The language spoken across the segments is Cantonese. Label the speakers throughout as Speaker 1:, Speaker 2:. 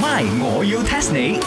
Speaker 1: My，我要 test 你。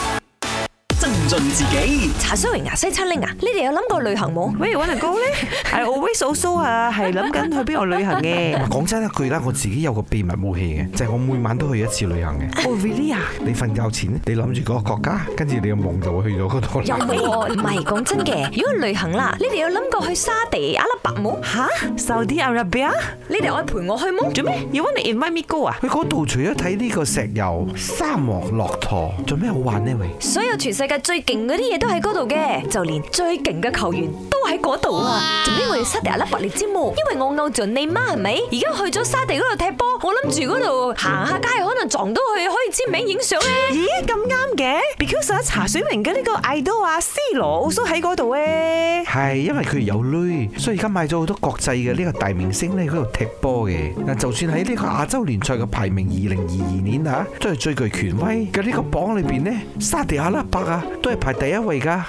Speaker 1: 增進自己
Speaker 2: 茶水榮啊，西餐拎啊，你哋有諗過旅行冇？
Speaker 3: Where you wanna go 咧 ？I always also 啊，係諗緊去邊度旅行嘅。
Speaker 4: 講真一句啦，我自己有個秘密武器嘅，就係我每晚都去一次旅行 嘅。
Speaker 3: Oh really 啊？
Speaker 4: 你瞓覺前，你諗住嗰個國家，跟住你嘅夢就會去到嗰度。
Speaker 2: 有冇喎？唔係講真嘅，如果旅行啦，你哋有諗過去沙地阿拉伯冇？
Speaker 3: 吓？Saudi Arabia？
Speaker 2: 你哋愛陪我去冇？
Speaker 3: 做咩？You wanna invite me go 啊？
Speaker 4: 去嗰度除咗睇呢個石油、沙漠、駱駝，仲有咩好玩呢？喂，
Speaker 2: 所有全世界最勁嗰啲嘢都喺嗰度嘅，就連最勁嘅球員都喺嗰度啊！做咩我要沙地阿拉伯你知冇？因為我偶像你媽係咪？而家去咗沙地嗰度踢波，我諗住嗰度行下街，可能撞到佢，可以簽名影相咧。
Speaker 3: 咦，咁啱嘅，because 啊茶水明嘅呢個 idol 啊，C 羅奧蘇喺嗰度咧。
Speaker 4: 係因為佢有女，所以而家買咗好多國際嘅呢個大明星咧喺嗰度踢波嘅。嗱，就算喺呢個亞洲聯賽嘅排名二零二二年啊，都係最具權威嘅呢個榜裏邊呢，沙地阿拉伯啊都係排第一位㗎。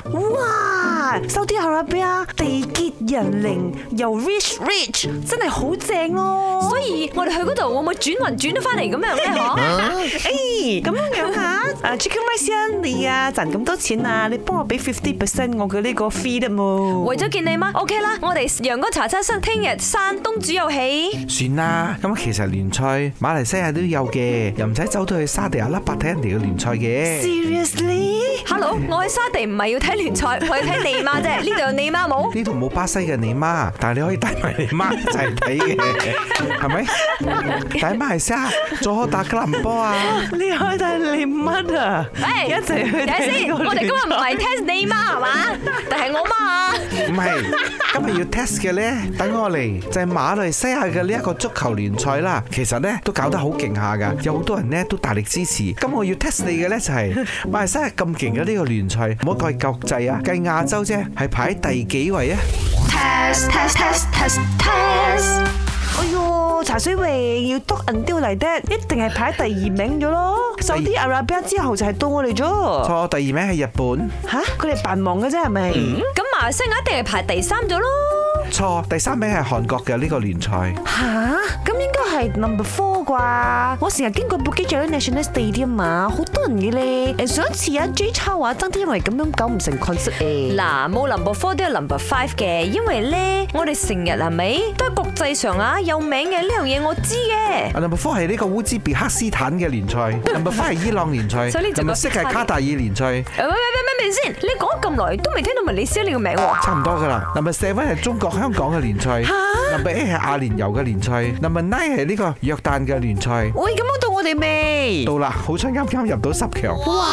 Speaker 3: 哇，Saudi Arabia 地結人靈又 rich rich，真係好正咯。
Speaker 2: 所以我哋去嗰度會唔會轉運轉得翻嚟咁樣咧？嗬？
Speaker 3: 誒，咁樣嚇， 啊 Chicken Rice 啊，你啊賺咁多錢啊，你幫我俾 fifty percent 我嘅呢個 fee 得冇
Speaker 2: 為？咗見你媽，OK 啦，我哋陽光茶餐室聽日山東煮又起，
Speaker 4: 算啦，咁其實聯賽馬來西亞都有嘅，又唔使走到去沙地阿拉伯睇人哋嘅聯賽嘅。
Speaker 3: Seriously？
Speaker 2: Hello，我喺沙地唔係要睇 聯賽，我係睇你媽啫。呢度有你媽冇？
Speaker 4: 呢度冇巴西嘅你媽，但係你可以帶埋你 媽一齊睇嘅，係咪？帶馬來西亞佐可打吉林波啊！
Speaker 3: 你開睇你乜啊？
Speaker 2: 喂
Speaker 3: 一齊去
Speaker 2: 睇
Speaker 3: 睇
Speaker 2: 先，
Speaker 3: 呢個
Speaker 2: 我哋今日唔係 test 你媽係嘛？但係我媽啊，
Speaker 4: 唔係，今日要 test 嘅呢，等我嚟就係馬來西亞嘅呢一個足球聯賽啦。其實呢都搞得好勁下㗎，有好多人呢都大力支持。咁我要 test 你嘅呢，就係馬來西亞咁勁嘅呢個聯賽，唔好計國際啊，計亞洲啫，係排喺第幾位啊？
Speaker 5: test test test test test
Speaker 3: 哎呦，茶水榮要篤銀雕嚟的，一定係排第二名咗咯。Saudi Arabia 之後就係到我哋
Speaker 2: 哦
Speaker 3: 咗。
Speaker 4: 錯，第二名係日本。
Speaker 3: 吓，佢哋扮忙嘅啫，係咪？
Speaker 2: 咁馬來西亞一定係排第三咗咯。
Speaker 4: 錯，第三名係韓國嘅呢個聯賽。
Speaker 3: 吓，咁應該係 number four 啩？我成日經過布基爵 National Stadium 嘛，好多人嘅咧。誒上一次啊 J 超啊，爭啲因為咁樣搞唔成 concert 誒。
Speaker 2: 嗱，冇 number four 都有 number five 嘅，因為咧我哋成日係咪都係國際上啊有名嘅呢樣嘢我知嘅。
Speaker 4: number four 係呢個烏茲別克斯坦嘅聯賽，number five 係伊朗聯賽
Speaker 2: 所以呢就
Speaker 4: ，number six 係卡塔爾聯賽，
Speaker 2: 喂喂喂喂，明先，你講咗咁耐都未聽到文李斯你個名喎。
Speaker 4: 差唔多噶啦。number seven 係中國香港嘅聯賽，number eight 係阿聯酋嘅聯賽，number nine 係呢個約旦嘅聯賽。
Speaker 3: 喂，咁樣到我哋未？
Speaker 4: 到啦，好彩啱啱入到十強。哇！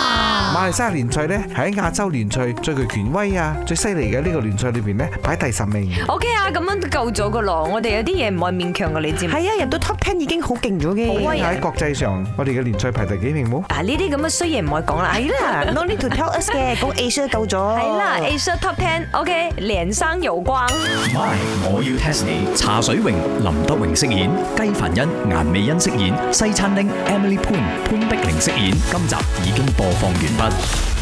Speaker 4: 馬來西亞聯賽呢，喺亞洲聯賽最具權威啊，最犀利嘅呢個聯賽裏邊呢，排第十名。
Speaker 2: OK 啊，咁樣都夠咗噶咯，我哋有啲嘢唔可以勉強噶，你知唔知？
Speaker 3: 係啊，入到 top ten 已經好勁咗嘅。
Speaker 2: 威啊
Speaker 4: 喺國際上，我哋嘅聯賽排第幾名冇？
Speaker 2: 嗱，啊呢啲咁嘅衰嘢唔可以講啦。
Speaker 3: 係啦，no à? need to tell us 嘅，講 Asia 夠咗。
Speaker 2: 係啦，Asia Top Ten，OK，連生有光。
Speaker 1: ，My，我要 test 你。茶水榮、林德榮飾演，雞凡欣、顏美欣飾演，西餐廳 Emily Poon 潘碧玲飾演。今集已經播放完畢。